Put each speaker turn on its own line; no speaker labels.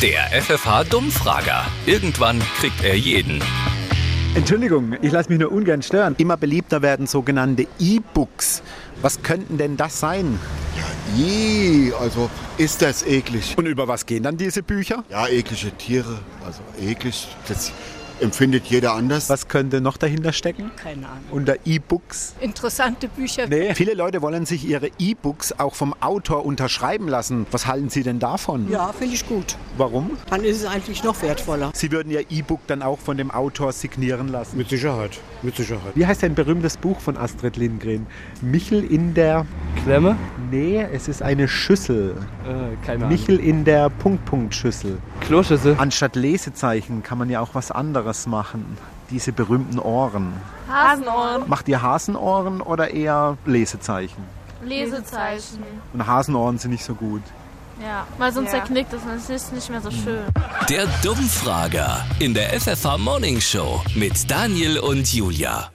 Der FFH-Dummfrager. Irgendwann kriegt er jeden.
Entschuldigung, ich lasse mich nur ungern stören.
Immer beliebter werden sogenannte E-Books. Was könnten denn das sein?
Je, also ist das eklig.
Und über was gehen dann diese Bücher?
Ja, eklige Tiere, also eklig, das empfindet jeder anders.
Was könnte noch dahinter stecken?
Keine Ahnung.
Unter E-Books?
Interessante Bücher.
Nee. Viele Leute wollen sich ihre E-Books auch vom Autor unterschreiben lassen. Was halten Sie denn davon?
Ja, finde ich gut.
Warum?
Dann ist es eigentlich noch wertvoller.
Sie würden Ihr E-Book dann auch von dem Autor signieren lassen.
Mit Sicherheit, mit Sicherheit.
Wie heißt ein berühmtes Buch von Astrid Lindgren? Michel in der.
Klemme?
Nee, es ist eine Schüssel.
Äh, keine Ahnung.
Michel in der Punkt-Punkt-Schüssel.
Kloschüssel.
Anstatt Lesezeichen kann man ja auch was anderes machen. Diese berühmten Ohren.
Hasenohren.
Macht ihr Hasenohren oder eher Lesezeichen?
Lesezeichen.
Und Hasenohren sind nicht so gut.
Ja. Weil sonst zerknickt es und es ist nicht mehr so schön.
Der Dummfrager in der FFH Morning Show mit Daniel und Julia.